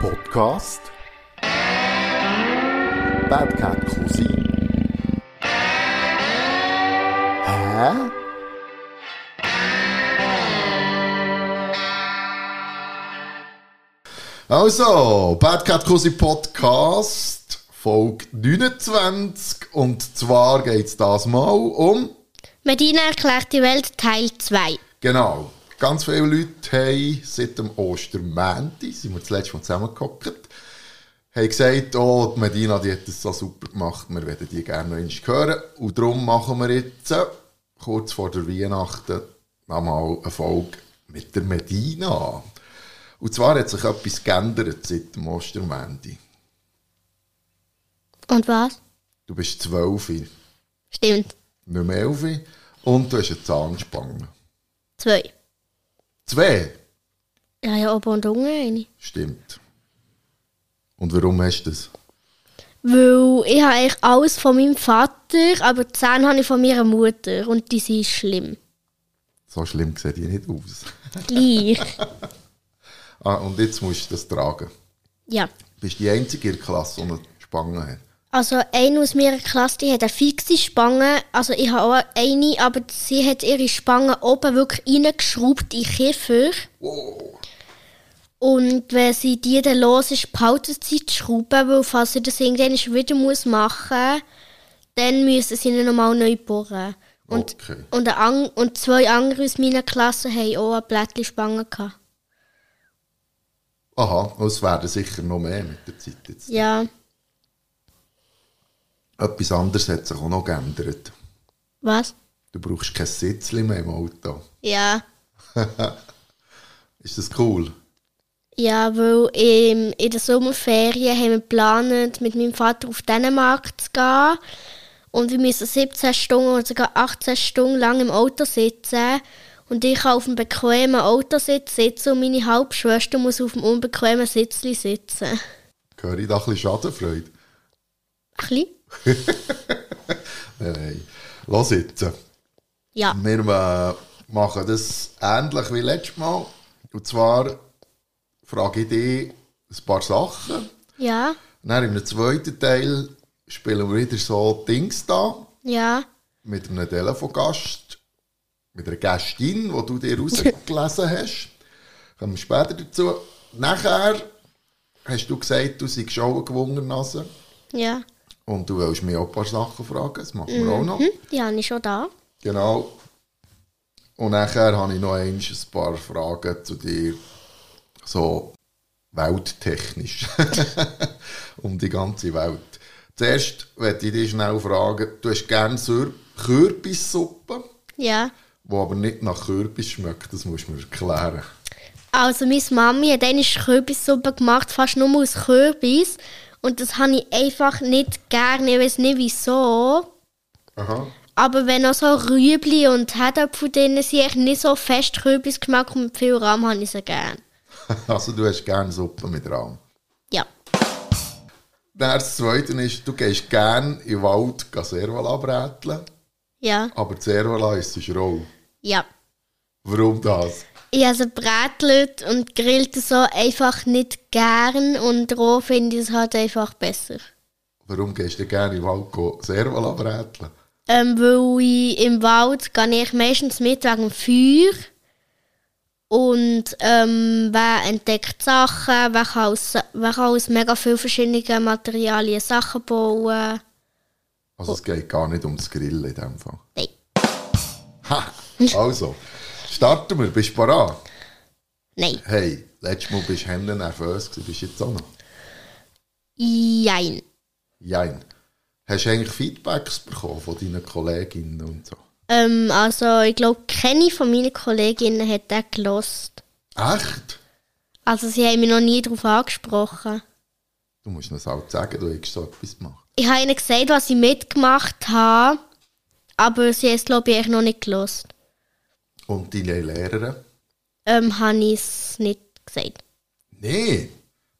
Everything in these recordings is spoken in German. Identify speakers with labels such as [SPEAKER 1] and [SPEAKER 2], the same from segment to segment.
[SPEAKER 1] Podcast Bad Cat Cousin. Hä? Also, Bad Cat Cousin Podcast, Folge 29. Und zwar geht es das mal um.
[SPEAKER 2] Medina erklärt die Welt Teil 2.
[SPEAKER 1] Genau. Ganz viele Leute haben seit dem Ostermänti, sind wir das letzte Mal zusammengehockt, haben gesagt, oh, die Medina die hat das so super gemacht, wir werden die gerne noch einmal hören. Und darum machen wir jetzt, äh, kurz vor der Weihnachten, nochmal eine Folge mit der Medina. Und zwar hat sich etwas geändert seit dem Ostermänti.
[SPEAKER 2] Und was?
[SPEAKER 1] Du bist zwölf, nicht
[SPEAKER 2] Stimmt.
[SPEAKER 1] mehr elf und du hast eine Zahnspange.
[SPEAKER 2] Zwei.
[SPEAKER 1] Zwei,
[SPEAKER 2] Ja, ja, oben und unten eine.
[SPEAKER 1] stimmt. Und warum hast du das?
[SPEAKER 2] Weil ich habe eigentlich alles von meinem Vater, aber die Zähne habe ich von meiner Mutter. Und die sind schlimm.
[SPEAKER 1] So schlimm sieht die nicht aus.
[SPEAKER 2] Gleich.
[SPEAKER 1] Ah, und jetzt musst du das tragen.
[SPEAKER 2] ja.
[SPEAKER 1] Du bist die Einzige in der Klasse, die eine Spange hat.
[SPEAKER 2] Also eine aus meiner Klasse, die hat eine fixe Spange. Also ich habe auch eine, aber sie hat ihre Spange oben wirklich reingeschraubt in den Käfer.
[SPEAKER 1] Wow.
[SPEAKER 2] Und wenn sie die dann los ist, behalten sie die Schrauben, weil falls sie das irgendwann wieder muss machen muss, dann müssen sie ihn nochmal neu bohren. Und,
[SPEAKER 1] Okay.
[SPEAKER 2] und, eine an, und zwei andere aus meiner Klasse haben auch eine Blättli-Spange gehabt.
[SPEAKER 1] Aha, und es werden sicher noch mehr mit der Zeit jetzt.
[SPEAKER 2] Ja,
[SPEAKER 1] Etwas anderes hat sich auch noch geändert.
[SPEAKER 2] was?
[SPEAKER 1] Du brauchst kein Sitzchen mehr im Auto.
[SPEAKER 2] Ja,
[SPEAKER 1] Ist das cool?
[SPEAKER 2] ja weil im, in der Sommerferien haben wir geplant, mit meinem Vater auf Dänemark zu gehen. Und wir müssen 17 Stunden oder sogar 18 Stunden lang im Auto sitzen. Und ich kann auf dem bequemen Autositz sitzen und meine Halbschwester muss auf dem unbequemen Sitzli sitzen. Ein
[SPEAKER 1] Gehöre ich da ein bisschen Schadenfreude?
[SPEAKER 2] bisschen?
[SPEAKER 1] Nein, nein. Lass jetzt.
[SPEAKER 2] Ja.
[SPEAKER 1] Wir äh, machen das ähnlich wie letztes Mal. Und zwar frage ich dich ein paar Sachen.
[SPEAKER 2] Ja.
[SPEAKER 1] Dann im zweiten Teil spielen wir wieder so Dings da
[SPEAKER 2] Ja.
[SPEAKER 1] mit einem Telefongast, mit einer Gästin, die du dir rausgelesen hast. Kommen wir später dazu. Nachher hast du gesagt, du seist auch eine Gewungennase
[SPEAKER 2] Ja.
[SPEAKER 1] und du willst mich auch ein paar Sachen fragen, das machen wir auch noch.
[SPEAKER 2] Hm, die habe ich schon da.
[SPEAKER 1] Genau. Und nachher habe ich noch eins, ein paar Fragen zu dir, so welttechnisch, um die ganze Welt. Zuerst möchte ich dich schnell fragen, du hast gerne Sür- Kürbissuppe,
[SPEAKER 2] Ja.
[SPEAKER 1] die aber nicht nach Kürbis schmeckt, das musst du mir erklären.
[SPEAKER 2] Also, meine Mami hat eine Kürbissuppe gemacht, fast nur aus Kürbis. Und das habe ich einfach nicht gerne. Ich weiß nicht wieso.
[SPEAKER 1] Aha.
[SPEAKER 2] Aber wenn auch so Rüebli und Herdöpfel drin sind, echt nicht so fest Kürbisgeschmack und mit viel Rahm habe ich sie gerne.
[SPEAKER 1] Also du hast gerne Suppe mit Rahm.
[SPEAKER 2] Ja.
[SPEAKER 1] Dann Das Zweite ist, du gehst gerne im Wald Servola bräteln,
[SPEAKER 2] Ja.
[SPEAKER 1] aber Servola ist roh.
[SPEAKER 2] Ja.
[SPEAKER 1] Warum das?
[SPEAKER 2] Ich also Bratlöt und grillte so einfach nicht gern und roh finde ich es halt einfach besser.
[SPEAKER 1] Warum gehst du gerne in den Wald go Servola bräteln?
[SPEAKER 2] Ähm, weil ich im Wald gehe ich meistens mit wegen dem Feuer. Und ähm, wer entdeckt Sachen, wer kann, aus, wer kann aus mega vielen verschiedenen Materialien Sachen bauen.
[SPEAKER 1] Also es geht gar nicht ums Grillen in dem Fall.
[SPEAKER 2] Nein.
[SPEAKER 1] Ha! Also, starten wir. Bist du bereit?
[SPEAKER 2] Nein.
[SPEAKER 1] Hey, letztes Mal bist du Hände nervös gewesen. Bist du jetzt auch noch?
[SPEAKER 2] Jein.
[SPEAKER 1] Jein. Hast du eigentlich Feedbacks bekommen von deinen Kolleginnen und so?
[SPEAKER 2] Ähm, also ich glaube, keine von meinen Kolleginnen hat das gelost.
[SPEAKER 1] Echt?
[SPEAKER 2] Also sie haben mich noch nie darauf angesprochen.
[SPEAKER 1] Du musst uns halt sagen, du hättest so etwas gemacht.
[SPEAKER 2] Ich habe ihnen gesagt, was ich mitgemacht habe, aber sie haben es glaube ich echt noch nicht gelost.
[SPEAKER 1] Und deine Lehrerin?
[SPEAKER 2] Ähm, habe ich es nicht gesagt.
[SPEAKER 1] Nee,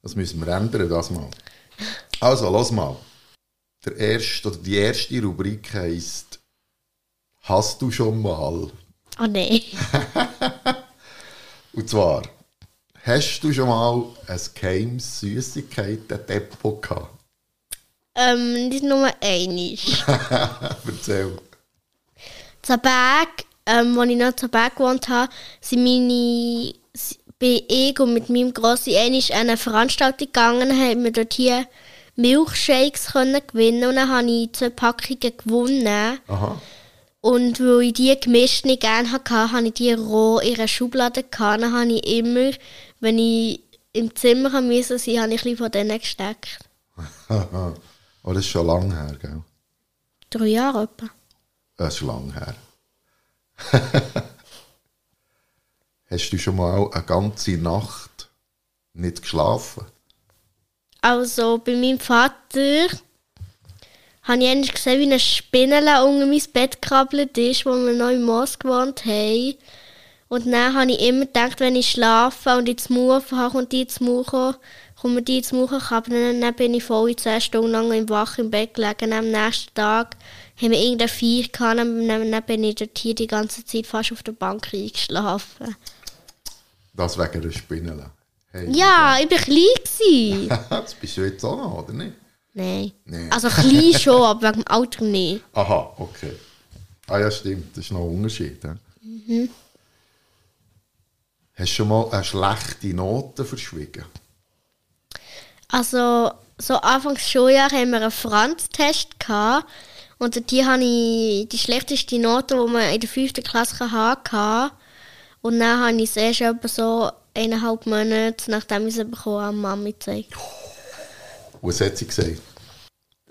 [SPEAKER 1] das müssen wir ändern, das mal. Also, los mal. Der erste, oder die erste Rubrik heisst «Hast du schon mal?»
[SPEAKER 2] Oh nein.
[SPEAKER 1] Und zwar Hast du schon mal ein geheimes Süßigkeiten-Depot gehabt?
[SPEAKER 2] Ähm, nicht nur einig.
[SPEAKER 1] Erzähl.
[SPEAKER 2] Zabag, ähm, als ich noch in Zabag gewohnt habe, sind meine, si- bin ich und mit meinem Grossi einig an eine Veranstaltung gegangen, haben wir dort hier Milchshakes können gewinnen und dann habe ich zwei Packungen gewonnen.
[SPEAKER 1] Aha.
[SPEAKER 2] Und weil ich die gemischt nicht gerne hatte, hatte ich die roh in einer Schublade. Gehabt. Dann habe ich immer, wenn ich im Zimmer sein musste, habe ich ein bisschen von denen gesteckt.
[SPEAKER 1] Haha. Aber Oh, das ist schon lange her, gell?
[SPEAKER 2] Drei Jahre etwa.
[SPEAKER 1] Das ist lange her. Hast du schon mal eine ganze Nacht nicht geschlafen?
[SPEAKER 2] Also bei meinem Vater habe ich einmal gesehen, wie eine Spinne unter mein Bett krabbelt ist, wo wir noch im Moos gewohnt haben. Und dann habe ich immer gedacht, wenn ich schlafe und ins Mauer fahre, kommt die ins Mauer, kommen- kommen die ins Mauer krabbeln. Und dann bin ich voll in 10 Stunden lang im Wach im Bett gelegen. Und am nächsten Tag haben wir irgendein Feier gehabt und dann dann bin ich dort hier die ganze Zeit fast auf der Bank eingeschlafen.
[SPEAKER 1] Das wegen der Spinne. Hey,
[SPEAKER 2] Ja, ich war klein. gewesen.
[SPEAKER 1] das bist du jetzt auch noch, oder nicht?
[SPEAKER 2] Nein.
[SPEAKER 1] Nein.
[SPEAKER 2] Also klein schon, aber wegen dem Alter nicht.
[SPEAKER 1] Aha, okay. Ah ja, stimmt. Das ist noch ein Unterschied. Ja? Hast du schon mal eine schlechte Note verschwiegen?
[SPEAKER 2] Also, so Anfangs Schuljahr haben wir einen Franz-Test gehabt. Und dort hier hatte ich die schlechteste Note, die man in der 5. Klasse haben kann. Und dann habe ich es erst etwa so eineinhalb Monate, nachdem ich es bekommen habe, Mami gezeigt.
[SPEAKER 1] Was hat sie gesagt?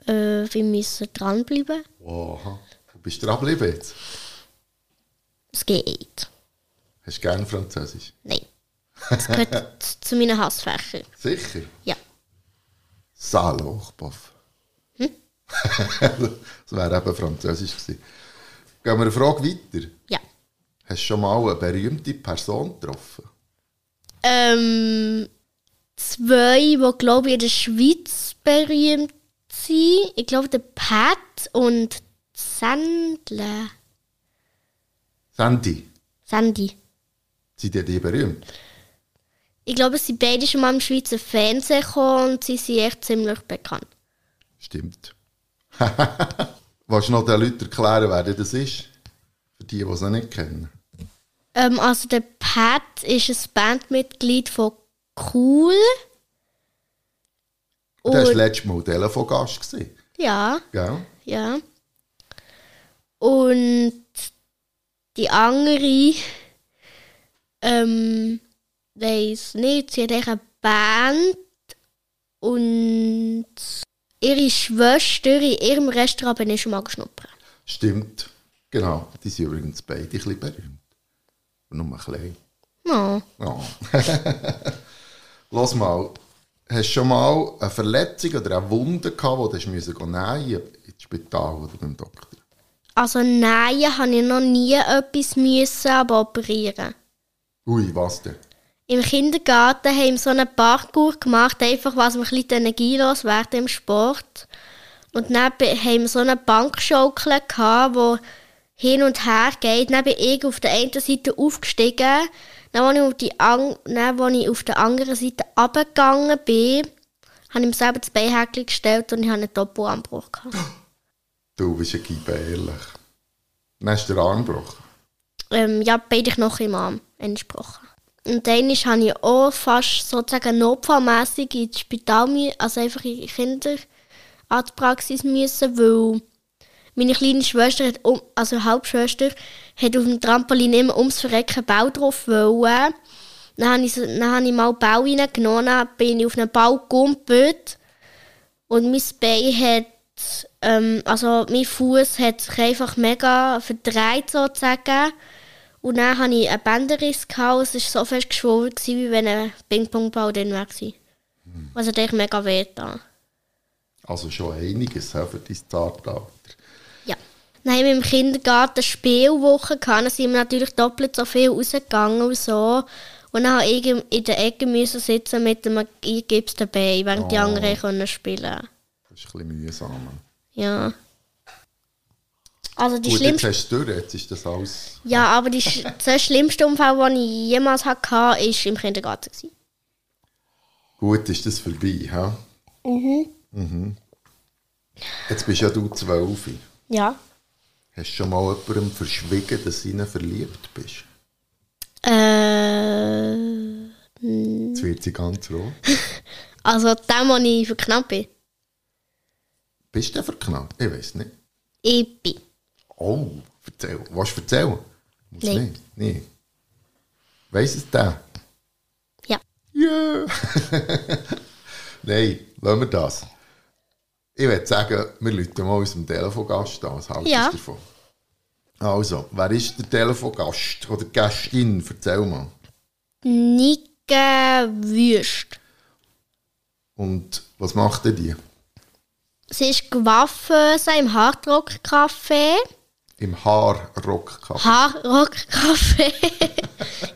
[SPEAKER 2] Äh, wir müssen dranbleiben.
[SPEAKER 1] Oh, aha. Du bist dran geblieben jetzt.
[SPEAKER 2] Es geht.
[SPEAKER 1] Hast du gerne Französisch?
[SPEAKER 2] Nein. Das gehört zu meinen Hassfächern.
[SPEAKER 1] Sicher.
[SPEAKER 2] Ja.
[SPEAKER 1] Saalochboff. das wäre eben Französisch gewesen. Gehen wir eine Frage weiter.
[SPEAKER 2] Ja.
[SPEAKER 1] Hast du schon mal eine berühmte Person getroffen?
[SPEAKER 2] Ähm, zwei, die, glaube ich, in der Schweiz berühmt sind. Ich glaube, der Pat und Sandler.
[SPEAKER 1] Sandy,
[SPEAKER 2] Sandy.
[SPEAKER 1] sind die, die berühmt?
[SPEAKER 2] Ich glaube, sie sind beide schon mal im Schweizer Fernsehen gekommen und sie sind echt ziemlich bekannt.
[SPEAKER 1] Stimmt. Willst du noch den Leuten erklären, wer denn das ist? Für die, die es noch nicht kennen.
[SPEAKER 2] Ähm, also der Pat ist ein Bandmitglied von Cool.
[SPEAKER 1] Und der war
[SPEAKER 2] Und-
[SPEAKER 1] letztes Mal Telefongast. gewesen,
[SPEAKER 2] ja,
[SPEAKER 1] Gell?
[SPEAKER 2] ja. Und die andere, ähm, weiß nicht, sie hat echt eine Band und ihre Schwester in ihrem Restaurant bin ich schon mal geschnuppert.
[SPEAKER 1] Stimmt. Genau. Die sind übrigens beide ein bisschen berühmt. Nur ein klein.
[SPEAKER 2] Ja.
[SPEAKER 1] Ja. Lass mal, hast du schon mal eine Verletzung oder eine Wunde gehabt, die du hast nehmen musst, ins Spital oder beim Doktor?
[SPEAKER 2] Also nein, habe ich noch nie etwas müssen, aber operieren.
[SPEAKER 1] Ui, was denn?
[SPEAKER 2] Im Kindergarten haben wir so einen Parkour gemacht, einfach was wir ein bisschen die Energie loswerden im Sport. Und dann be- haben wir so eine Bankschaukel gehabt, wo hin und her geht. Dann bin ich auf der einen Seite aufgestiegen, dann, als ich auf, die an dann, als ich auf der anderen Seite abgegangen bin, habe ich mir selber das Beinhäckchen gestellt und ich habe einen Topo-Anbruch gehabt.
[SPEAKER 1] Du bist ein Gibe, ehrlich. Dann hast du den Arm gebrochen.
[SPEAKER 2] ähm, ja, beide Knochen im Arm entsprochen. Und dann ist, habe ich auch fast sozusagen notfallmässig ins Spital, mü- also einfach in die Kinderarztpraxis müssen, weil meine kleine Schwester, hat um, also Halbschwester, hat auf dem Trampolin immer ums Verrecken Ball drauf wollen. Dann habe ich, so- dann habe ich mal Ball reingenommen, dann bin ich auf einen Ball gegumpelt und mein Bein hat, ähm, also mein Fuß hat sich einfach mega verdreht sozusagen. Und dann hatte ich einen Bänderriss gehabt, und es war so fest geschwollen, gewesen, wie wenn ein Ping-Pong-Ball drin wäre.
[SPEAKER 1] Mhm.
[SPEAKER 2] Was Also, hat echt mega weh getan.
[SPEAKER 1] Also schon einiges hä, für dein Startalter.
[SPEAKER 2] Ja. Dann haben wir im Kindergarten Spielwoche gehabt. Dann sind wir natürlich doppelt so viel rausgegangen und so. Und dann musste ich im- in der Ecke müssen sitzen mit einem eingegipsten Bein, während die
[SPEAKER 1] Oh.
[SPEAKER 2] anderen können spielen
[SPEAKER 1] Das ist ein bisschen mühsam.
[SPEAKER 2] Ja. Also die
[SPEAKER 1] Gut,
[SPEAKER 2] schlimmste
[SPEAKER 1] jetzt hast du es durch, jetzt ist das alles...
[SPEAKER 2] Ja, aber die sch- der schlimmste Unfall, den ich jemals hatte, war im Kindergarten. gewesen.
[SPEAKER 1] Gut, ist das vorbei, hä?
[SPEAKER 2] Mhm.
[SPEAKER 1] Jetzt bist ja du zwölf.
[SPEAKER 2] Ja.
[SPEAKER 1] Hast du schon mal jemandem verschwiegen, dass du in ihn verliebt bist?
[SPEAKER 2] Äh,
[SPEAKER 1] Jetzt wird sie ganz rot.
[SPEAKER 2] also dem, wo ich verknallt bin.
[SPEAKER 1] Bist du denn verknallt? Ich weiß nicht.
[SPEAKER 2] Ich bin.
[SPEAKER 1] Oh, erzähl. Was erzählen? Muss
[SPEAKER 2] Nein.
[SPEAKER 1] nicht. Nee. Weiss es der?
[SPEAKER 2] Ja.
[SPEAKER 1] Ja. Nein, lassen wir das. Ich würde sagen, wir läuten mal unserem Telefongast an. Was haltest
[SPEAKER 2] Ja.
[SPEAKER 1] du davon? Also, wer ist der Telefongast oder Gästin? Erzähl mal.
[SPEAKER 2] Nike Wüst.
[SPEAKER 1] Und was macht denn die?
[SPEAKER 2] Sie ist Gewaffense im Hardrock-Café.
[SPEAKER 1] Im Haarrock-Kaffee.
[SPEAKER 2] Hardrock-Café.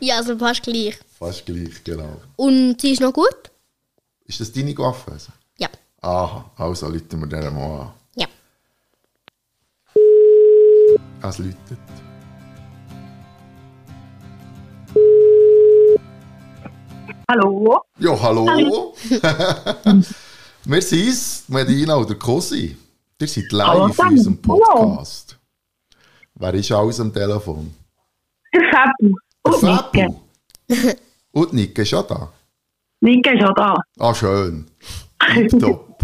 [SPEAKER 2] ja, also fast gleich.
[SPEAKER 1] Fast gleich, genau.
[SPEAKER 2] Und sie ist noch gut?
[SPEAKER 1] Ist das deine Waffe? Also?
[SPEAKER 2] Ja.
[SPEAKER 1] Aha, also läuten wir der mal an.
[SPEAKER 2] Ja.
[SPEAKER 1] Es läutet.
[SPEAKER 3] Hallo?
[SPEAKER 1] Ja, hallo. wir sind's, Medina oder Cosi. Ihr seid
[SPEAKER 3] Hallo
[SPEAKER 1] live in
[SPEAKER 3] zusammen.
[SPEAKER 1] unserem Podcast. Wer ist alles am Telefon?
[SPEAKER 3] Der Fabu.
[SPEAKER 1] Der
[SPEAKER 3] Und Nicke.
[SPEAKER 1] Fabu. Und Nicke ist auch da.
[SPEAKER 3] Nicke ist auch da.
[SPEAKER 1] Ah, schön. Top.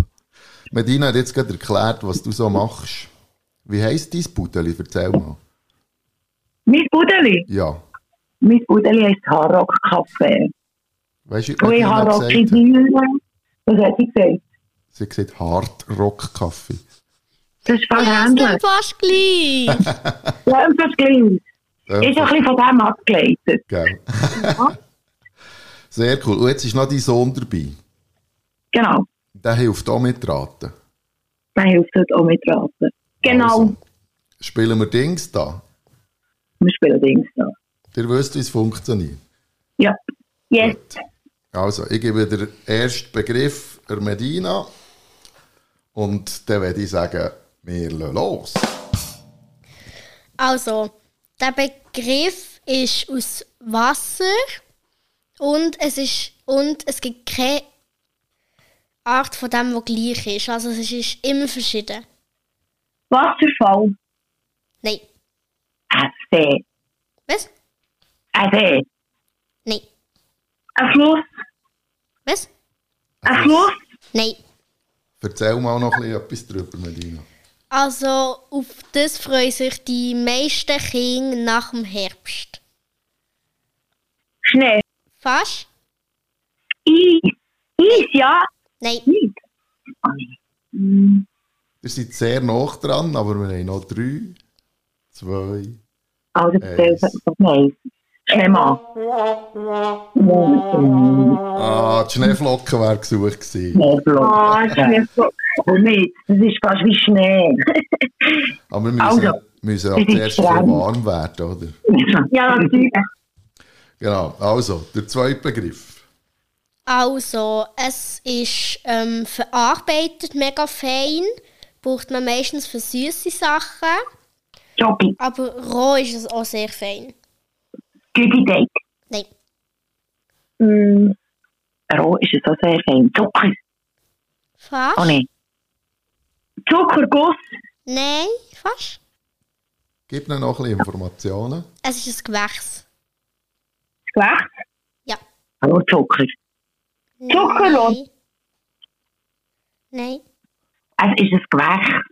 [SPEAKER 1] Medina hat jetzt gerade erklärt, was du so machst. Wie heisst dein Pudeli? Erzähl mal.
[SPEAKER 3] Mein Budeli.
[SPEAKER 1] Ja.
[SPEAKER 3] Mein Budeli heisst Harrock Café.
[SPEAKER 1] Weißt du,
[SPEAKER 3] Du, ich
[SPEAKER 1] Medina
[SPEAKER 3] habe
[SPEAKER 1] gesagt,
[SPEAKER 3] Rocky
[SPEAKER 1] hat?
[SPEAKER 3] Säure. Was hat sie gesagt?
[SPEAKER 1] sie hat gesagt, Hardrock-Kaffee.
[SPEAKER 3] Das ist voll
[SPEAKER 2] Das ist
[SPEAKER 3] händlich.
[SPEAKER 2] fast gleich.
[SPEAKER 3] Ja, und das
[SPEAKER 1] Ähm,
[SPEAKER 3] Gleiche. Ist ein bisschen von dem abgeleitet.
[SPEAKER 1] Gell. Sehr cool. Und jetzt ist noch dein Sohn dabei.
[SPEAKER 3] Genau.
[SPEAKER 1] Der hilft auch mitraten.
[SPEAKER 3] Dann hilft es auch mitraten. Genau.
[SPEAKER 1] Also, spielen wir Dings da.
[SPEAKER 3] Wir spielen Dings da.
[SPEAKER 1] Ihr wisst, wie es funktioniert.
[SPEAKER 3] Ja. Yes.
[SPEAKER 1] Gut. Also, ich gebe den ersten Begriff der Medina. Und dann werde ich sagen, wir lassen los.
[SPEAKER 2] Also, der Begriff ist aus Wasser und es ist und es gibt keine Art von dem, was gleich ist. Also es ist immer verschieden.
[SPEAKER 3] Wasserfall.
[SPEAKER 2] Nein.
[SPEAKER 3] Ein See.
[SPEAKER 2] Was?
[SPEAKER 3] Ein See.
[SPEAKER 2] Nein.
[SPEAKER 3] Ein Fluss.
[SPEAKER 2] Was?
[SPEAKER 3] Ein Fluss.
[SPEAKER 2] Nein.
[SPEAKER 1] Erzähl mal noch ein bisschen etwas drüber, Medina.
[SPEAKER 2] Also auf das freuen sich die meisten Kinder nach dem Herbst.
[SPEAKER 3] Schnee.
[SPEAKER 2] Fast?
[SPEAKER 3] Eis. Eis, ja.
[SPEAKER 2] Nein.
[SPEAKER 3] Eis. Oh, nee. Hm.
[SPEAKER 1] Ihr seid sehr nah dran, aber wir haben noch drei, zwei,
[SPEAKER 3] Also,
[SPEAKER 1] Eis.
[SPEAKER 3] das ist nein. Schema. Schneeflocken.
[SPEAKER 1] Ah, die Schneeflocke wäre gesucht gewesen.
[SPEAKER 3] Ah, Schneeflocken. Und nicht, das ist fast wie Schnee.
[SPEAKER 1] Aber wir müssen,
[SPEAKER 3] Also,
[SPEAKER 1] müssen ja
[SPEAKER 3] es ist
[SPEAKER 1] zuerst ein
[SPEAKER 3] warm.
[SPEAKER 1] bisschen warm werden, oder?
[SPEAKER 3] ja, natürlich.
[SPEAKER 1] Genau, also, der zweite Begriff.
[SPEAKER 2] Also, es ist ähm, verarbeitet, mega fein. Braucht man meistens für süße Sachen.
[SPEAKER 3] Jogi,
[SPEAKER 2] Aber roh ist es auch sehr fein.
[SPEAKER 3] Gügideig.
[SPEAKER 2] Nein,
[SPEAKER 3] Mm. Roh ist es auch sehr fein. Zucker.
[SPEAKER 2] fast.
[SPEAKER 3] Oh nein. Zuckerguss.
[SPEAKER 2] Nein, fast.
[SPEAKER 1] Gib mir noch ein bisschen Informationen.
[SPEAKER 2] Es ist ein Gewächs.
[SPEAKER 3] Gewächs.
[SPEAKER 2] Ja.
[SPEAKER 3] Hallo, Zucker. Zuckerrohr.
[SPEAKER 2] Nein. Nein.
[SPEAKER 3] Es ist ein Gewächs.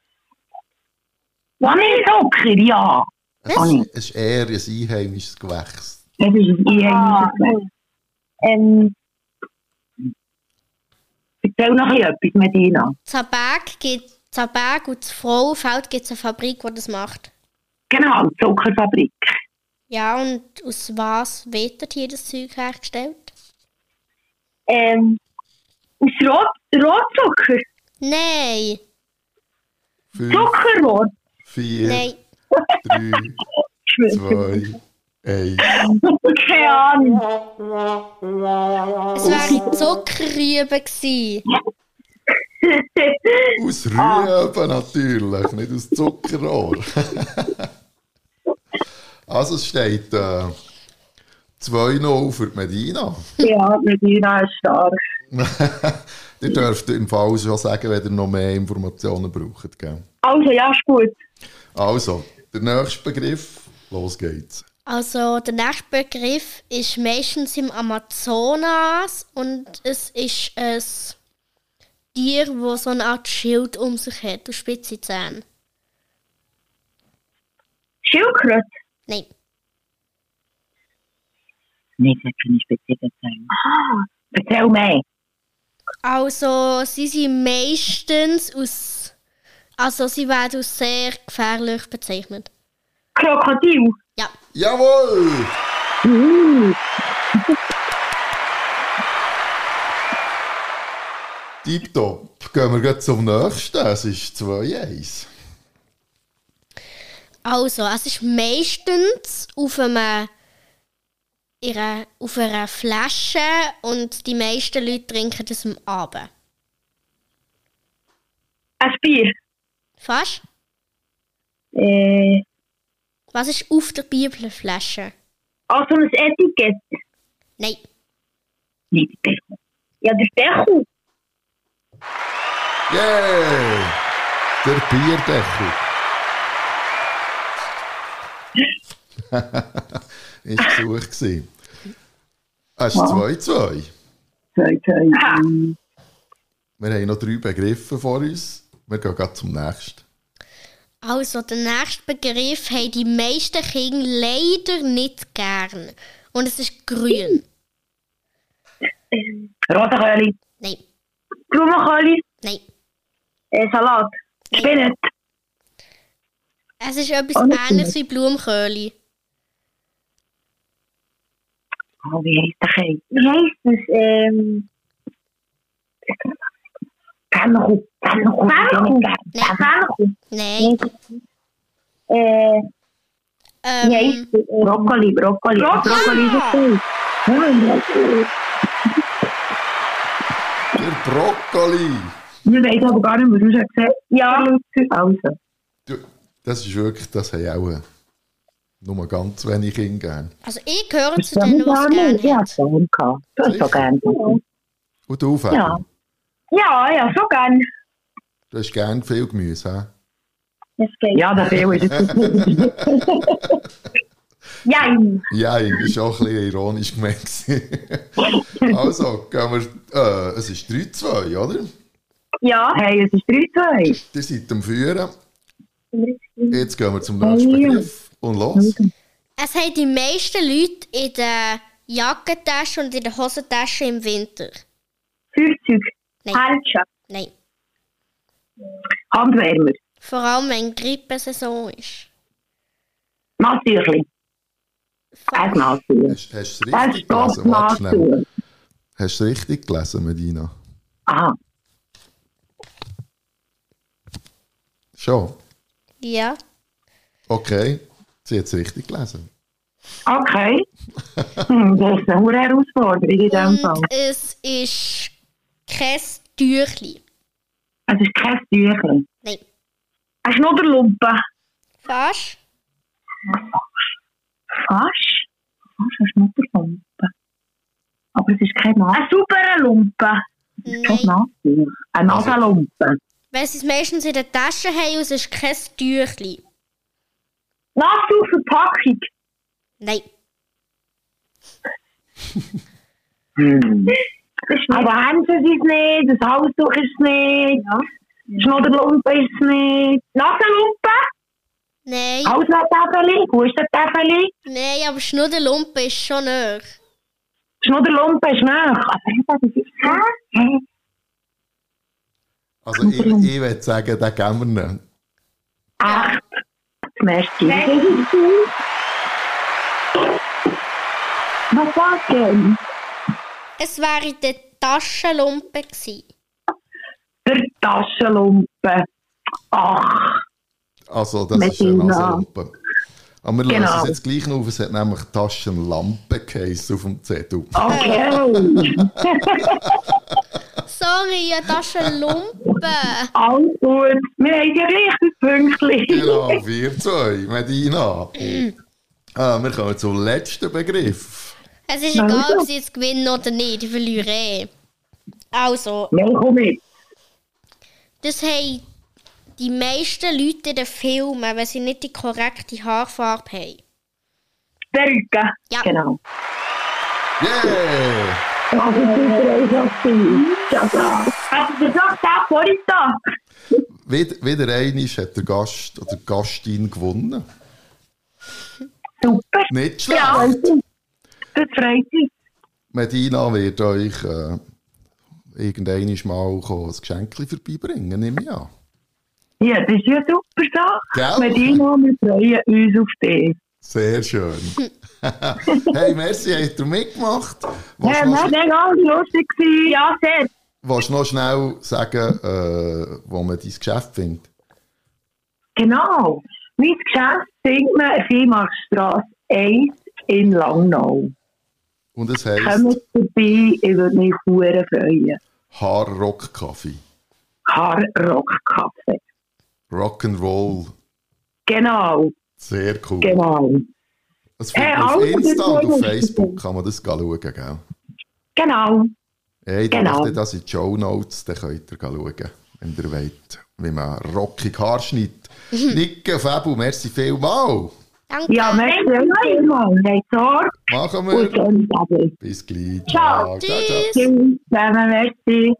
[SPEAKER 3] Vanillezucker, Oh, ja.
[SPEAKER 1] Es,
[SPEAKER 3] Oh nein.
[SPEAKER 1] es ist eher ein einheimisches Gewächs.
[SPEAKER 3] Es ist ein einheimisches Gewächs. Ähm. Erzähl noch ein bisschen etwas, Medina.
[SPEAKER 2] Zabag gibt Zabag und zu Frauenfeld gibt es eine Fabrik, die das macht.
[SPEAKER 3] Genau, die Zuckerfabrik.
[SPEAKER 2] Ja, und aus was wird dort hier das Zeug hergestellt?
[SPEAKER 3] Ähm, aus Rot Rotzucker,
[SPEAKER 2] Nein.
[SPEAKER 1] Fünf,
[SPEAKER 3] Zuckerrohr.
[SPEAKER 1] vier,
[SPEAKER 2] Nein.
[SPEAKER 1] drei, zwei, eins.
[SPEAKER 3] Keine Ahnung.
[SPEAKER 2] Es wären Zuckerrüben gewesen.
[SPEAKER 1] Aus Rüben natürlich, nicht aus Zuckerrohr. also es steht äh, 2-0 für die Medina.
[SPEAKER 3] Ja, Medina ist stark.
[SPEAKER 1] Ihr dürft im Fall schon sagen, wenn ihr noch mehr Informationen braucht. Gell?
[SPEAKER 3] Also, ja, ist gut.
[SPEAKER 1] Also, der nächste Begriff, los geht's.
[SPEAKER 2] Also der nächste Begriff ist meistens im Amazonas und es ist ein Tier, wo so eine Art Schild um sich hat und spitze Zähne.
[SPEAKER 3] Schildkröte?
[SPEAKER 2] Nein,
[SPEAKER 3] Nein, das kann ich speziell erzählen. Ah, erzähl mehr.
[SPEAKER 2] also sie sind meistens aus, also sie werden als sehr gefährlich bezeichnet.
[SPEAKER 3] Krokodil?
[SPEAKER 2] Ja,
[SPEAKER 1] Jawohl!
[SPEAKER 3] Mhm.
[SPEAKER 1] Tipptopp. Gehen wir gleich zum nächsten. Es ist 2-1.
[SPEAKER 2] also es ist meistens auf einer, ihrer- auf einer Flasche und die meisten Leute trinken das am Abend.
[SPEAKER 3] Ein Bier?
[SPEAKER 2] Fast?
[SPEAKER 3] Äh,
[SPEAKER 2] Was ist auf der Bibelflasche?
[SPEAKER 3] also ein Etikett?
[SPEAKER 2] Nein.
[SPEAKER 3] Nein, der Becher. Ja, der Becher.
[SPEAKER 1] Yeah! Der Bierdeckel. ist gesucht gewesen. Es ist 2-2.
[SPEAKER 3] Zwei, zwei.
[SPEAKER 1] Wir haben noch drei Begriffe vor uns. Wir gehen gleich zum nächsten.
[SPEAKER 2] Also, der nächste Begriff haben die meisten Kinder leider nicht gern. Und es ist grün.
[SPEAKER 3] Rosenköhli,
[SPEAKER 2] Nein,
[SPEAKER 3] Blumenköhli,
[SPEAKER 2] nein.
[SPEAKER 3] äh, Salat, Spinat,
[SPEAKER 2] Es ist etwas
[SPEAKER 3] Oh, nicht
[SPEAKER 2] ähnliches wie Blumenköhli.
[SPEAKER 3] Oh, wie heisst der Käse? Wie heisst es? Ähm. Pfannkuchen. Pfannkuchen.
[SPEAKER 2] Nein.
[SPEAKER 3] Pfannkuchen.
[SPEAKER 2] Nein.
[SPEAKER 3] Äh,
[SPEAKER 2] Ähm,
[SPEAKER 3] wie heisst es? Brokkoli, Brokkoli. Brokkoli ist gut.
[SPEAKER 1] Der Brokkoli.
[SPEAKER 3] Wir wissen aber gar nicht, was wir schon gesagt haben. Ja. Also.
[SPEAKER 1] Du, Das ist wirklich, das haben auch äh, nur ganz wenige Kinder gern.
[SPEAKER 2] Also, ich gehöre zu denen, die es gerne
[SPEAKER 3] Ja,
[SPEAKER 2] haben.
[SPEAKER 3] schon. Du hast so gerne.
[SPEAKER 1] Und du, Fabi?
[SPEAKER 3] Ja. Ja, ja, so gerne.
[SPEAKER 1] Du hast gern viel Gemüse, hä?
[SPEAKER 3] Ja, dat heel is het. ja,
[SPEAKER 1] Ja, das war auch ein bisschen ironisch gemeint. also, gehen wir. Äh, es ist 3-2, oder?
[SPEAKER 3] ja. Hey, het is 3-2.
[SPEAKER 1] Ihr seid am Führen. Jetzt gehen wir zum nächsten Begriff. Und los.
[SPEAKER 2] Es haben die meisten Leute in der Jackentasche und in der Hosentasche im Winter.
[SPEAKER 3] Vuurzeug,
[SPEAKER 2] Nee.
[SPEAKER 3] Handschuhe,
[SPEAKER 2] Nein.
[SPEAKER 3] Handwärmer,
[SPEAKER 2] Vor allem, wenn Grippesaison ist.
[SPEAKER 3] Massierchen,
[SPEAKER 2] Fast.
[SPEAKER 3] Eismassierchen.
[SPEAKER 1] Hast, hast du es
[SPEAKER 3] Das
[SPEAKER 1] richtig
[SPEAKER 3] ist
[SPEAKER 1] gelesen? Warte schnell.
[SPEAKER 3] Kopfmassierchen.
[SPEAKER 1] Hast du es richtig gelesen, Medina?
[SPEAKER 3] Aha,
[SPEAKER 1] Schon.
[SPEAKER 2] Ja.
[SPEAKER 1] Okay. Sie hat es richtig gelesen.
[SPEAKER 3] okay. Hm, das ist eine hohe Herausforderung in diesem Fall.
[SPEAKER 2] Und es ist kein Tüchli.
[SPEAKER 3] Es ist kein Tüchlein.
[SPEAKER 2] Nein.
[SPEAKER 3] Eine Schnudderlumpe.
[SPEAKER 2] Fast.
[SPEAKER 3] Fast. Fast eine Schnudderlumpe. Aber es ist keine Nase. Eine saubere Lumpe. Keine
[SPEAKER 2] Nein.
[SPEAKER 3] Nase. Eine Nasenlumpe.
[SPEAKER 2] Weil sie es meistens in der Tasche haben und es ist kein Tüchli.
[SPEAKER 3] Nase auf Verpackung.
[SPEAKER 2] Nein.
[SPEAKER 3] Aber Hände ist es nicht, das Halstuch ist es nicht, Schnodderlumpe ist es nicht, Nasenlumpe,
[SPEAKER 2] Nein.
[SPEAKER 3] Ah. Halsnadtäfeli, Hustentäfeli,
[SPEAKER 2] Nein, aber Schnuddelumpe ist schon näher.
[SPEAKER 3] Schnodderlumpe ist nach. Aber eben, das ist Hä?
[SPEAKER 1] Also, ich, ich würde sagen, den geben wir nicht.
[SPEAKER 3] Ach, das merke ich. Was war denn?
[SPEAKER 2] Es wäre in der Taschenlumpe gewesen.
[SPEAKER 3] Der Taschenlumpe. Ach,
[SPEAKER 1] Also, das ist eine
[SPEAKER 3] Medina.
[SPEAKER 1] Nasenlampe. Aber wir lösen
[SPEAKER 3] Genau.
[SPEAKER 1] es jetzt gleich noch auf. Es hat nämlich Taschenlampe geheißen auf dem Zettel.
[SPEAKER 3] okay.
[SPEAKER 2] Sorry, ja, Taschenlumpe.
[SPEAKER 3] Alles gut. Wir haben ja gleich das Pünktchen.
[SPEAKER 1] Genau, Ah, 4-2, Medina. äh, wir kommen zum letzten Begriff.
[SPEAKER 2] Es ist egal,
[SPEAKER 3] Also.
[SPEAKER 2] ob sie jetzt gewinnen oder nicht, ich verliere eh. Also,
[SPEAKER 3] Nein, komm mit.
[SPEAKER 2] das haben die meisten Leute in den Filmen, wenn sie nicht die korrekte Haarfarbe haben.
[SPEAKER 3] Perücke.
[SPEAKER 2] Ja.
[SPEAKER 3] Genau.
[SPEAKER 1] Yeah!
[SPEAKER 3] Das ist super einfach. Hast du dir doch gesagt, vorhin da?
[SPEAKER 1] Wieder, wieder einmal hat der Gast oder die Gastin gewonnen.
[SPEAKER 3] Super.
[SPEAKER 1] Nicht schlecht.
[SPEAKER 3] Ja. Das freut mich.
[SPEAKER 1] Medina wird euch äh, irgendwann mal kommen, ein Geschenk vorbeibringen, nehme ich an.
[SPEAKER 3] Ja, das ist ja super Sache.
[SPEAKER 1] Gell?
[SPEAKER 3] Medina, wir freuen uns auf dich.
[SPEAKER 1] Sehr schön. hey, merci, habt ihr mitgemacht. Willst
[SPEAKER 3] Ja,
[SPEAKER 1] du noch,
[SPEAKER 3] das war ganz lustig. Ja, sehr.
[SPEAKER 1] willst du noch schnell sagen, äh, wo man dein Geschäft findet?
[SPEAKER 3] Genau. Mein Geschäft findet man Seemachstrasse 1 in Langnau.
[SPEAKER 1] Und es heisst
[SPEAKER 3] Kommt vorbei, ich würde mich sehr freuen.
[SPEAKER 1] Haarrock-Kaffee.
[SPEAKER 3] Haarrock-Kaffee.
[SPEAKER 1] Rock'n'Roll.
[SPEAKER 3] Genau,
[SPEAKER 1] Sehr cool.
[SPEAKER 3] genau.
[SPEAKER 1] Es findet
[SPEAKER 3] Hey,
[SPEAKER 1] man auf
[SPEAKER 3] alles
[SPEAKER 1] Insta
[SPEAKER 3] gut,
[SPEAKER 1] und auf
[SPEAKER 3] gut.
[SPEAKER 1] Facebook kann man das schauen, gell?
[SPEAKER 3] Genau.
[SPEAKER 1] Hey, dann
[SPEAKER 3] Genau.
[SPEAKER 1] macht ihr das in die Show Notes, dann könnt ihr schauen, wenn ihr wollt, wie man rockig Haar schneidet.
[SPEAKER 3] Mhm.
[SPEAKER 1] Nicke, Fabu, merci vielmal.
[SPEAKER 2] Danke.
[SPEAKER 3] Ja, merci vielmals. Habt Sorge
[SPEAKER 1] Machen
[SPEAKER 3] und
[SPEAKER 1] wir.
[SPEAKER 3] schönen Abend.
[SPEAKER 1] Bis gleich.
[SPEAKER 3] Ciao.
[SPEAKER 2] Tschüss.
[SPEAKER 3] Tschüss zusammen, merci.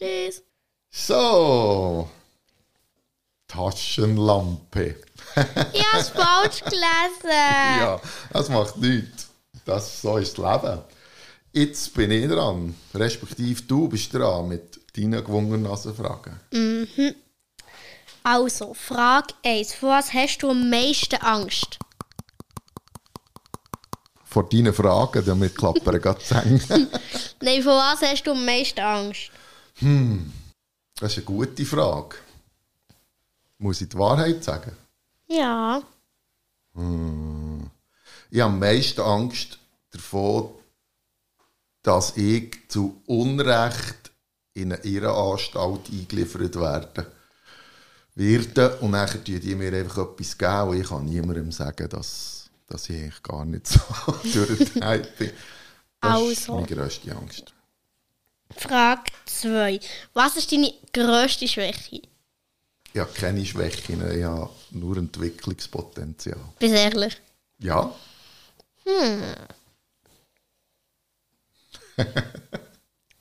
[SPEAKER 2] Tschüss.
[SPEAKER 1] So. Taschenlampe.
[SPEAKER 2] Ich habe es falsch gelesen.
[SPEAKER 1] Ja, das macht nichts. Das, so ist das Leben. Jetzt bin ich dran. Respektive du bist dran mit deinen gewonnenen Nasenfragen.
[SPEAKER 2] Also, Frage 1. Vor was hast du am meisten Angst?
[SPEAKER 1] Vor deinen Fragen, damit klappern gerade die Zähne.
[SPEAKER 2] Nein, vor was hast du am meisten Angst?
[SPEAKER 1] Das ist eine gute Frage. Muss ich die Wahrheit sagen?
[SPEAKER 2] Ja.
[SPEAKER 1] Ich habe am meisten Angst davor, dass ich zu Unrecht in eine Irrenanstalt eingeliefert werde. Werde und nachher tun die mir einfach etwas geben und ich kann niemandem sagen, dass, dass ich eigentlich gar nicht so durchgehalten bin. Das ist
[SPEAKER 2] Also.
[SPEAKER 1] meine grösste Angst.
[SPEAKER 2] Frage 2. Was ist deine grösste Schwäche?
[SPEAKER 1] Ich habe keine Schwächen, ich habe nur Entwicklungspotenzial.
[SPEAKER 2] Bist ehrlich.
[SPEAKER 1] Ja.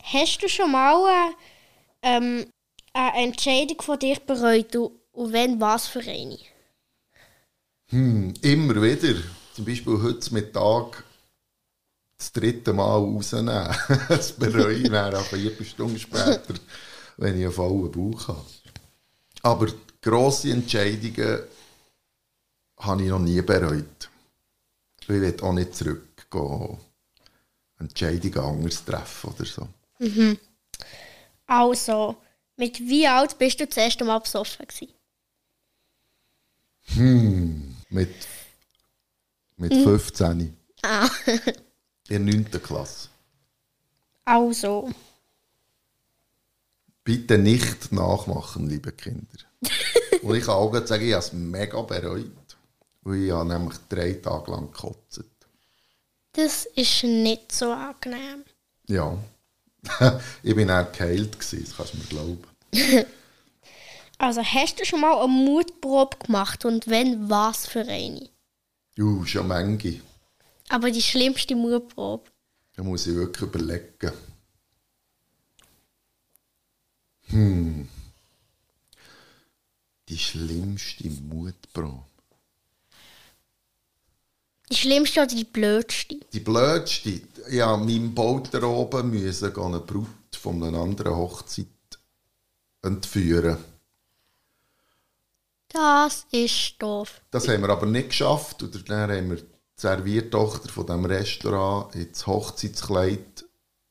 [SPEAKER 2] Hast du schon mal äh, ähm, eine Entscheidung von dir bereut? Und und wenn, was für eine?
[SPEAKER 1] Immer wieder. Zum Beispiel heute Mittag das dritte Mal rausnehmen. Das bereue ich dann auch vier Stunden später, wenn ich einen vollen Bauch habe. Aber grosse Entscheidungen habe ich noch nie bereut. Ich will auch nicht zurückgehen. Entscheidungen anders treffen oder so.
[SPEAKER 2] Also, mit wie alt bist du das erste Mal besoffen? Gewesen?
[SPEAKER 1] Mit, mit 15.
[SPEAKER 2] Ah.
[SPEAKER 1] In der 9. Klasse.
[SPEAKER 2] Also,
[SPEAKER 1] Bitte nicht nachmachen, liebe Kinder. Und ich kann auch gleich sagen, ich habe es mega bereut. Weil ich habe nämlich drei Tage lang gekotzt.
[SPEAKER 2] das ist nicht so angenehm.
[SPEAKER 1] Ja. ich bin auch geheilt, gewesen, das kannst du mir glauben.
[SPEAKER 2] Also, hast du schon mal eine Mutprobe gemacht? Und wenn, was für eine?
[SPEAKER 1] Juh, schon Menge.
[SPEAKER 2] Aber die schlimmste Mutprobe.
[SPEAKER 1] Da muss ich wirklich überlegen. Hm. Hm. Die schlimmste Mutprobe.
[SPEAKER 2] Die schlimmste oder die blödste?
[SPEAKER 1] Die blödste, ja, meinem Bolter oben müssen gehen, eine Brut von einer anderen Hochzeit entführen.
[SPEAKER 2] Das ist doof.
[SPEAKER 1] Das haben wir aber nicht geschafft. Und dann haben wir die Serviertochter von diesem Restaurant ins Hochzeitskleid,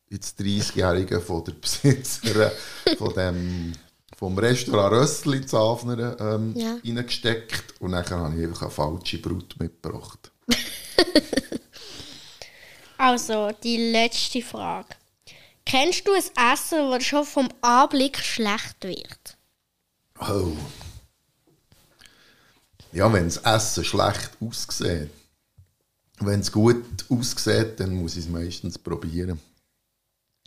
[SPEAKER 1] ins 30-Jährige von der Besitzerin von dem, vom Restaurant Rössli zu Afner ähm,
[SPEAKER 2] Ja.
[SPEAKER 1] reingesteckt. Und dann habe ich einfach eine falsche Brut mitgebracht.
[SPEAKER 2] Also, die letzte Frage. Kennst du ein Essen, das schon vom Anblick schlecht wird?
[SPEAKER 1] Oh. Ja, wenn das Essen schlecht aussieht, Wenn es gut aussieht, dann muss ich es meistens probieren.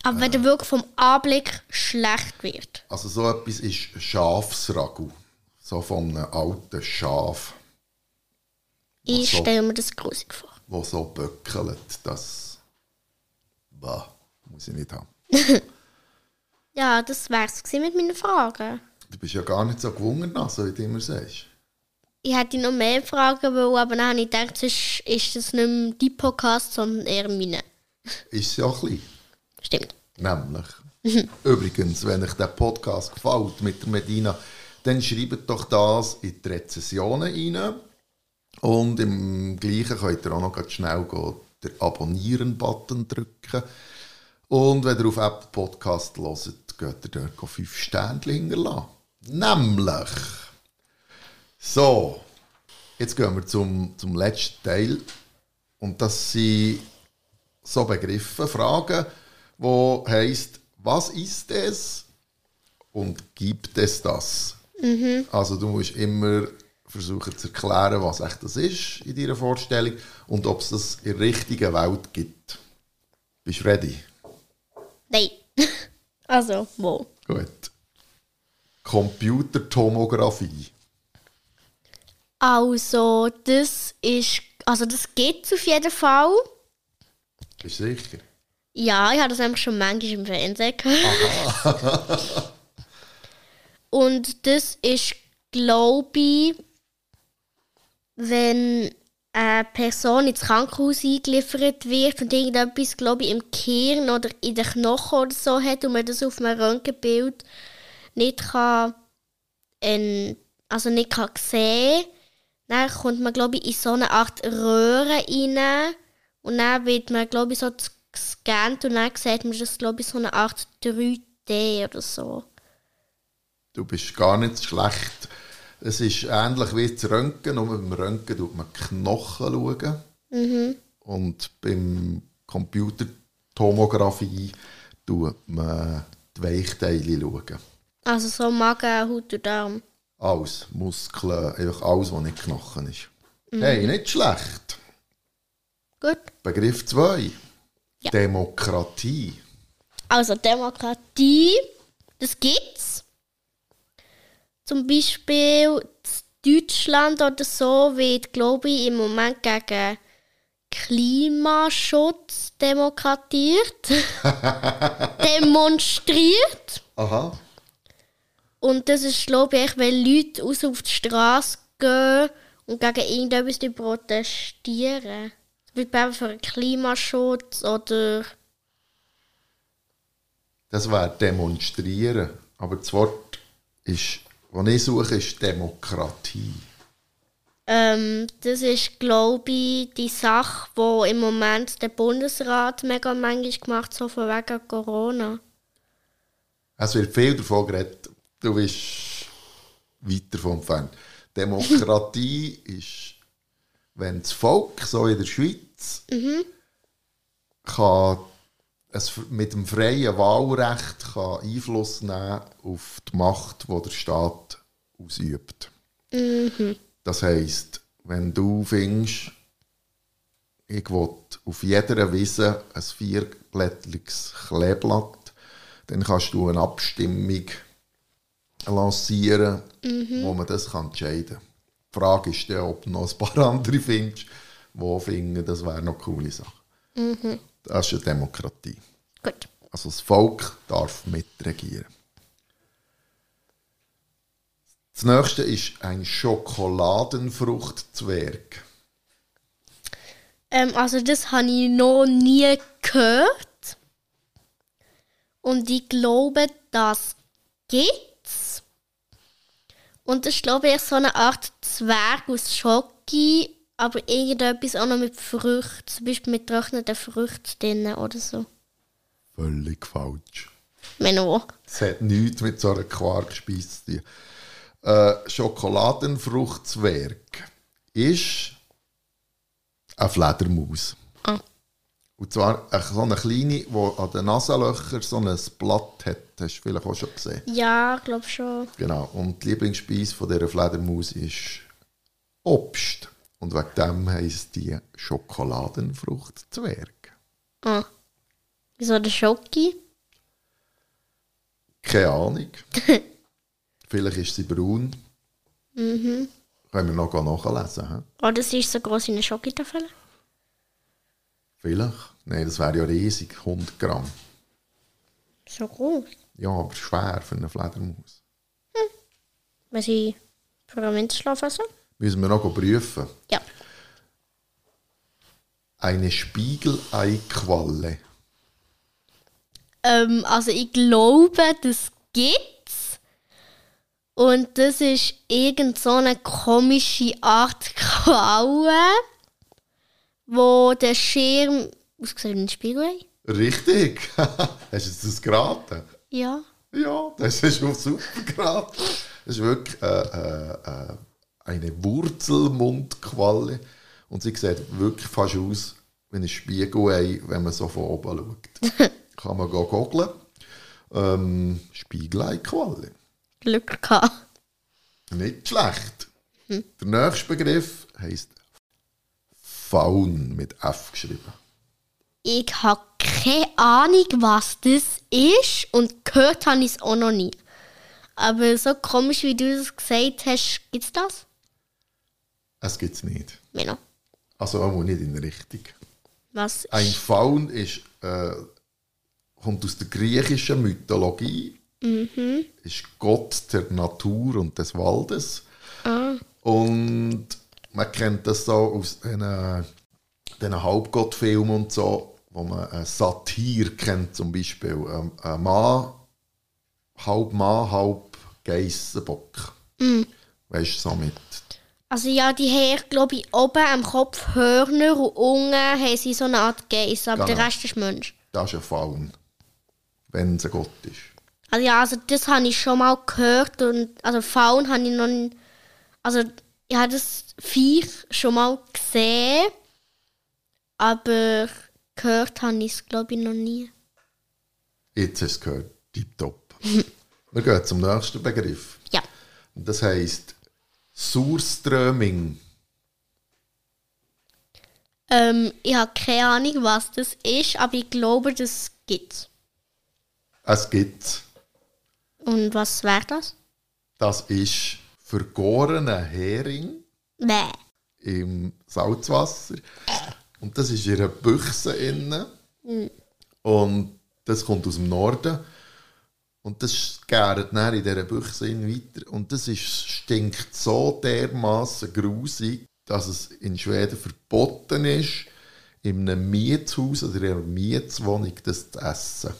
[SPEAKER 2] Aber wenn der wirklich vom Anblick schlecht wird.
[SPEAKER 1] Also so etwas ist Schafsragu. So von einem alten Schaf,
[SPEAKER 2] Ich
[SPEAKER 1] so.
[SPEAKER 2] stelle mir das grusig vor.
[SPEAKER 1] wo so böckelt, das bah, muss ich nicht haben.
[SPEAKER 2] Ja, das wär's gewesen mit meinen Fragen.
[SPEAKER 1] Du bist ja gar nicht so gewungen, also, wie du immer sagst.
[SPEAKER 2] Ich hätte noch mehr Fragen wollen, aber dann habe ich gedacht, sonst ist das nicht mehr dein Podcast, sondern eher meine.
[SPEAKER 1] Ist ja auch klein.
[SPEAKER 2] Stimmt.
[SPEAKER 1] Nämlich. Übrigens, wenn euch der Podcast gefällt mit der Medina, dann schreibt doch das in die Rezessionen rein. Und im gleichen könnt ihr auch noch grad schnell gehen, den Abonnieren-Button drücken. Und wenn ihr auf Apple Podcast hört, geht ihr dort 5 Sternchen hinterlassen. Nämlich. So. Jetzt gehen wir zum, zum letzten Teil. Und das sind so Begriffe, Fragen, wo heißt, was ist es und gibt es das? Also du musst immer versuchen zu erklären, was echt das ist in deiner Vorstellung und ob es das in der richtigen Welt gibt. Bist du ready?
[SPEAKER 2] Nein. also, wo?
[SPEAKER 1] Gut. Computertomographie.
[SPEAKER 2] Also, das ist. Also, das gibt's auf jeden Fall.
[SPEAKER 1] Bist du sicher?
[SPEAKER 2] Ja, ich habe das nämlich schon manchmal im Fernsehen gehört. Und das ist, glaube ich, wenn eine Person ins Krankenhaus eingeliefert wird und irgendetwas, glaube ich, im Kern oder in den Knochen oder so hat und man das auf einem Röntgenbild nicht kann, ähm, also nicht kann sehen dann kommt man, glaube ich, in so eine Art Röhre rein. Und dann wird man, glaube ich, so z- gescannt und dann sieht man das, glaube ich, so eine Art 3D oder so.
[SPEAKER 1] Du bist gar nicht schlecht. Es ist ähnlich wie das Röntgen, nur beim Röntgen schaut man die Knochen. Schauen. Und beim Computertomographie schaut man die Weichteile. Schauen.
[SPEAKER 2] Also so Magen, Haut und Darm.
[SPEAKER 1] Alles, Muskeln, einfach alles, was nicht Knochen ist. Hey, nicht schlecht.
[SPEAKER 2] Gut.
[SPEAKER 1] Begriff 2.
[SPEAKER 2] Ja.
[SPEAKER 1] Demokratie.
[SPEAKER 2] Also Demokratie, das gibt's. Zum Beispiel in Deutschland oder so wird, glaube ich, im Moment gegen Klimaschutz demokratiert. demonstriert.
[SPEAKER 1] Aha.
[SPEAKER 2] Und das ist, glaube ich, wenn Leute raus auf die Straße gehen und gegen irgendetwas die protestieren. Wie bei für den Klimaschutz oder.
[SPEAKER 1] Das wäre demonstrieren. Aber das Wort, ist, das ich suche, ist Demokratie.
[SPEAKER 2] Ähm, das ist, glaube ich, die Sache, wo im Moment der Bundesrat mega manchmal gemacht so von wegen Corona.
[SPEAKER 1] Es wird viel davon geredet. Du bist weit davon entfernt. Demokratie ist, wenn das Volk, so in der Schweiz, kann es f- mit dem freien Wahlrecht kann Einfluss nehmen auf die Macht, die der Staat ausübt. Das heisst, wenn du findest, ich will auf jeder Wiese ein vierblättriges Kleeblatt, dann kannst du eine Abstimmung lancieren, wo man das kann entscheiden kann. Die Frage ist dann, ob du noch ein paar andere findest, die finden, das wäre noch eine coole Sache. Das ist eine Demokratie.
[SPEAKER 2] Gut.
[SPEAKER 1] Also das Volk darf mitregieren. Das nächste ist ein Schokoladenfruchtzwerg.
[SPEAKER 2] Ähm, also das habe ich noch nie gehört. Und ich glaube, das gibt's. Und das ist, glaube ich, so eine Art Zwerg aus Schoki, aber irgendetwas auch noch mit Früchten, zum Beispiel mit getrockneten Früchten drin oder so.
[SPEAKER 1] Völlig falsch.
[SPEAKER 2] Menno.
[SPEAKER 1] Es hat nichts mit so einer Quarkspeise zu tun. Äh, Schokoladenfruchtzwerg ist eine Fledermaus.
[SPEAKER 2] Ah.
[SPEAKER 1] Und zwar eine- so eine kleine, die an den Nasenlöchern so ein Blatt hat. Hast du vielleicht auch schon gesehen.
[SPEAKER 2] Ja, ich glaube schon.
[SPEAKER 1] Genau. Und die Lieblingsspeise von dieser Fledermaus ist Obst. Und wegen dem heisst die Schokoladenfruchtzwerg.
[SPEAKER 2] Ah. Wieso der Schoki?
[SPEAKER 1] Keine Ahnung. Vielleicht ist sie braun. Können wir noch nachlesen. He?
[SPEAKER 2] Oder sie Ah, ist so groß wie eine Schokitafel?
[SPEAKER 1] Vielleicht. Nein, das wäre ja riesig. 100 Gramm.
[SPEAKER 2] So groß.
[SPEAKER 1] Ja, aber schwer für eine Fledermaus.
[SPEAKER 2] Wenn sie vor dem Winterschlaf essen?
[SPEAKER 1] Müssen wir noch prüfen.
[SPEAKER 2] Ja.
[SPEAKER 1] Eine Spiegeleiqualle.
[SPEAKER 2] Ähm, also ich glaube, das gibt's. Und das ist irgend so eine komische Art Qualle, wo der Schirm ausgesehen wie ein Spiegelei.
[SPEAKER 1] Richtig. Hast du das geraten?
[SPEAKER 2] Ja.
[SPEAKER 1] Ja, das ist auf super geraten. Das ist wirklich äh, äh, äh, eine Wurzelmundqualle. Und sie sieht wirklich fast aus wie ein Spiegelei, wenn man so von oben schaut. Kann man gehen googeln. Ähm, Spiegeleiqualle.
[SPEAKER 2] Glück gehabt.
[SPEAKER 1] Nicht schlecht. Der nächste Begriff heisst Faun mit F geschrieben.
[SPEAKER 2] Ich habe keine Ahnung, was das ist und gehört habe ich es auch noch nie. Aber so komisch, wie du das gesagt hast, gibt es das?
[SPEAKER 1] Es gibt es nicht.
[SPEAKER 2] Meno,
[SPEAKER 1] Also auch nicht in der Richtung.
[SPEAKER 2] was ist
[SPEAKER 1] Ein Faun ist, äh, kommt aus der griechischen Mythologie, ist Gott der Natur und des Waldes. Und man kennt das so aus den, äh, den Halbgottfilmen und so, wo man äh, Satir kennt zum Beispiel. Ähm, ein Mann, halb Mann, halb Geissenbock. Weißt du, so mit
[SPEAKER 2] Also ja, die haben, glaube ich, oben am Kopf Hörner und unten haben sie so eine Art Geiss, aber
[SPEAKER 1] Genau.
[SPEAKER 2] der Rest ist Mensch.
[SPEAKER 1] das ist ein Faun, wenn es ein Gott ist.
[SPEAKER 2] Also ja, also das habe ich schon mal gehört und also Faun habe ich noch nicht, also ich habe das Vier schon mal gesehen, aber gehört habe ich es, glaube ich, noch nie.
[SPEAKER 1] Jetzt hast du es gehört, tipptopp. Wir gehen zum nächsten Begriff.
[SPEAKER 2] Ja,
[SPEAKER 1] Und Das heisst Surströming.
[SPEAKER 2] ähm, ich habe keine Ahnung, was das ist, aber ich glaube, das gibt's.
[SPEAKER 1] Es gibt,
[SPEAKER 2] Und was wäre das?
[SPEAKER 1] das ist vergorener Hering
[SPEAKER 2] Bäh.
[SPEAKER 1] im Salzwasser. Und das ist in einer Büchse innen. Und das kommt aus dem Norden. Und das gärt dann in dieser Büchse hin weiter. Und das ist, stinkt so dermaßen grusig, dass es in Schweden verboten ist, in einem Mietshaus oder in einer Mietswohnung das zu essen.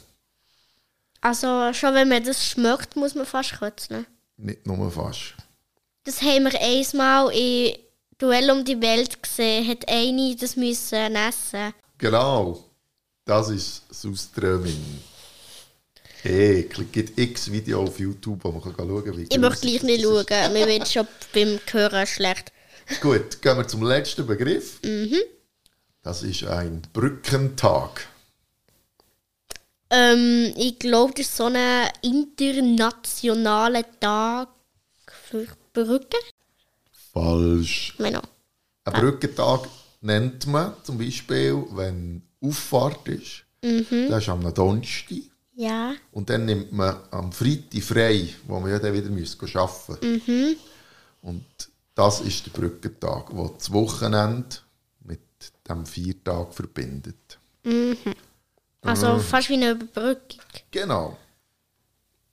[SPEAKER 2] Also schon wenn man das schmeckt, muss man fast kürzen.
[SPEAKER 1] Nicht nur fast.
[SPEAKER 2] Das haben wir einmal in Duell um die Welt gesehen, hat eine das müssen essen.
[SPEAKER 1] Genau. Das ist Sauströming. Eklig. Es gibt x Videos auf YouTube, wo man kann schauen kann, wie
[SPEAKER 2] Ich möchte gleich nicht
[SPEAKER 1] das ist.
[SPEAKER 2] schauen, mir wird schon beim Hören schlecht.
[SPEAKER 1] Gut, gehen wir zum letzten Begriff.
[SPEAKER 2] Mhm.
[SPEAKER 1] Das ist ein Brückentag.
[SPEAKER 2] Ähm, ich glaube, das ist so ein internationaler Tag für Brücken.
[SPEAKER 1] Falsch.
[SPEAKER 2] Ich meine,
[SPEAKER 1] Ein Brückentag nennt man zum Beispiel, wenn Auffahrt ist.
[SPEAKER 2] Mhm.
[SPEAKER 1] Das ist am Donnerstag.
[SPEAKER 2] ja.
[SPEAKER 1] Und dann nimmt man am Freitag frei, wo man ja dann wieder muss gehen arbeiten muss. Und das ist der Brückentag, der das Wochenende mit dem Viertag verbindet.
[SPEAKER 2] Also fast wie eine Überbrückung.
[SPEAKER 1] Genau.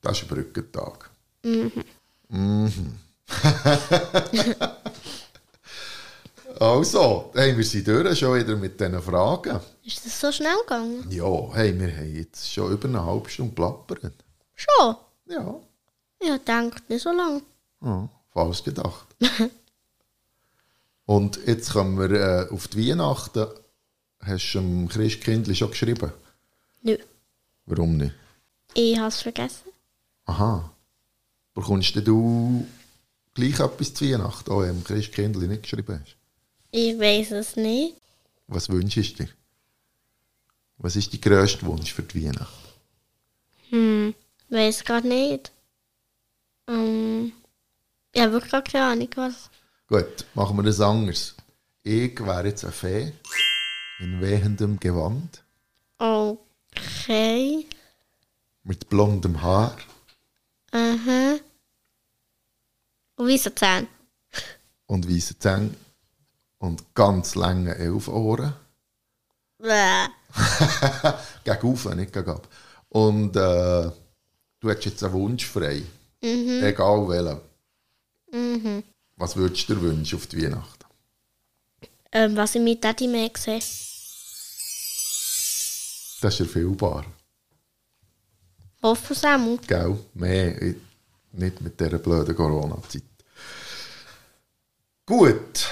[SPEAKER 1] Das ist ein Brückentag. Mhm. also, hey, wir sind durch schon wieder mit diesen Fragen.
[SPEAKER 2] Ist das so schnell gegangen?
[SPEAKER 1] Ja, hey, wir haben jetzt schon über eine halbe Stunde plappern.
[SPEAKER 2] Schon?
[SPEAKER 1] Ja.
[SPEAKER 2] Ja, denkt nicht so lange.
[SPEAKER 1] Ja, falsch gedacht. Und jetzt kommen wir äh, auf die Weihnachten. Hast du dem Christkindli schon geschrieben?
[SPEAKER 2] Nö.
[SPEAKER 1] Warum nicht?
[SPEAKER 2] Ich habe es vergessen.
[SPEAKER 1] Aha. Bekommst denn du gleich etwas zu Weihnachten, auch wenn du dem Christkindli nicht geschrieben hast?
[SPEAKER 2] Ich weiß es nicht.
[SPEAKER 1] Was wünschst du dir? Was ist dein grösster Wunsch für die Weihnachten?
[SPEAKER 2] Hm, weiß gerade nicht. Ehm, Ähm, ich habe wirklich gar keine Ahnung, was.
[SPEAKER 1] Gut, machen wir das anders. ich wäre jetzt eine Fee in wehendem Gewand,
[SPEAKER 2] Okay.
[SPEAKER 1] mit blondem Haar,
[SPEAKER 2] Aha. Und wie so Zähne.
[SPEAKER 1] und weißen Zähnen und ganz langen Elfohren.
[SPEAKER 2] Bäh.
[SPEAKER 1] gegen auf, nicht gegen ab. Und äh, du hättest jetzt einen Wunsch frei. Egal welchen. Was würdest du dir wünschen auf die Weihnacht?
[SPEAKER 2] Ähm, was ich mit Daddy mehr gesehen
[SPEAKER 1] Das ist erfüllbar.
[SPEAKER 2] Hoffe es auch.
[SPEAKER 1] Gell? Mehr. i- Nicht mit dieser blöden Corona-Zeit. Gut.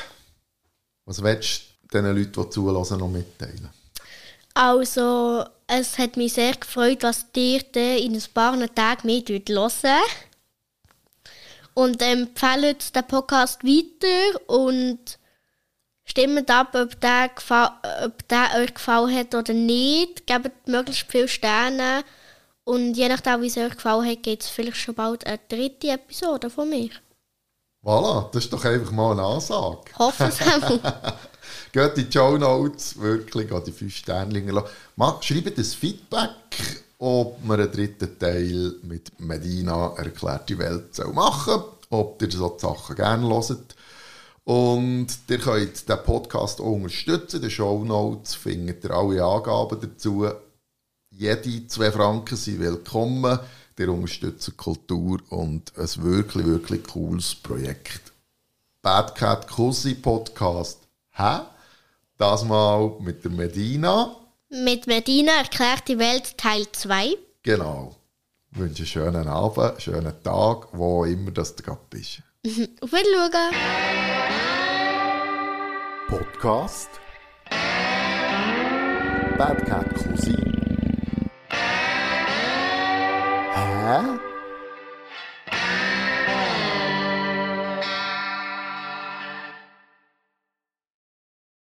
[SPEAKER 1] Was willst du diesen Leuten, die zulassen, noch mitteilen?
[SPEAKER 2] Also, es hat mich sehr gefreut, was dir dann in ein paar Tagen mit hören Und empfehlt den Podcast weiter und stimmt ab, ob der, gefa- ob der euch gefallen hat oder nicht. Gebt möglichst viele Sterne. Und je nachdem, wie es euch gefallen hat, gibt es vielleicht schon bald eine dritte Episode von mir.
[SPEAKER 1] Voilà, das ist doch einfach mal eine Ansage.
[SPEAKER 2] Hoffe es auch.
[SPEAKER 1] Geht in die Show Notes, wirklich, an die fünf Sternlinge lassen. Ma- Schreibt ein Feedback, ob wir einen dritten Teil mit Medina erklärte Welt soll machen ob ihr so die Sachen gerne hört. Und ihr könnt den Podcast auch unterstützen. In den Show Notes findet ihr alle Angaben dazu. Jede zwei Franken sind willkommen. Ihr unterstützt die Kultur und ein wirklich, wirklich cooles Projekt. Bad Cat Kussi Podcast. Hä? Das mal mit der Medina.
[SPEAKER 2] mit Medina erklärt die Welt Teil 2.
[SPEAKER 1] Genau. Ich wünsche einen schönen Abend, einen schönen Tag, wo immer das du gerade bist.
[SPEAKER 2] Auf Wiedersehen.
[SPEAKER 1] Podcast. Bad Cat Kussi. Hä?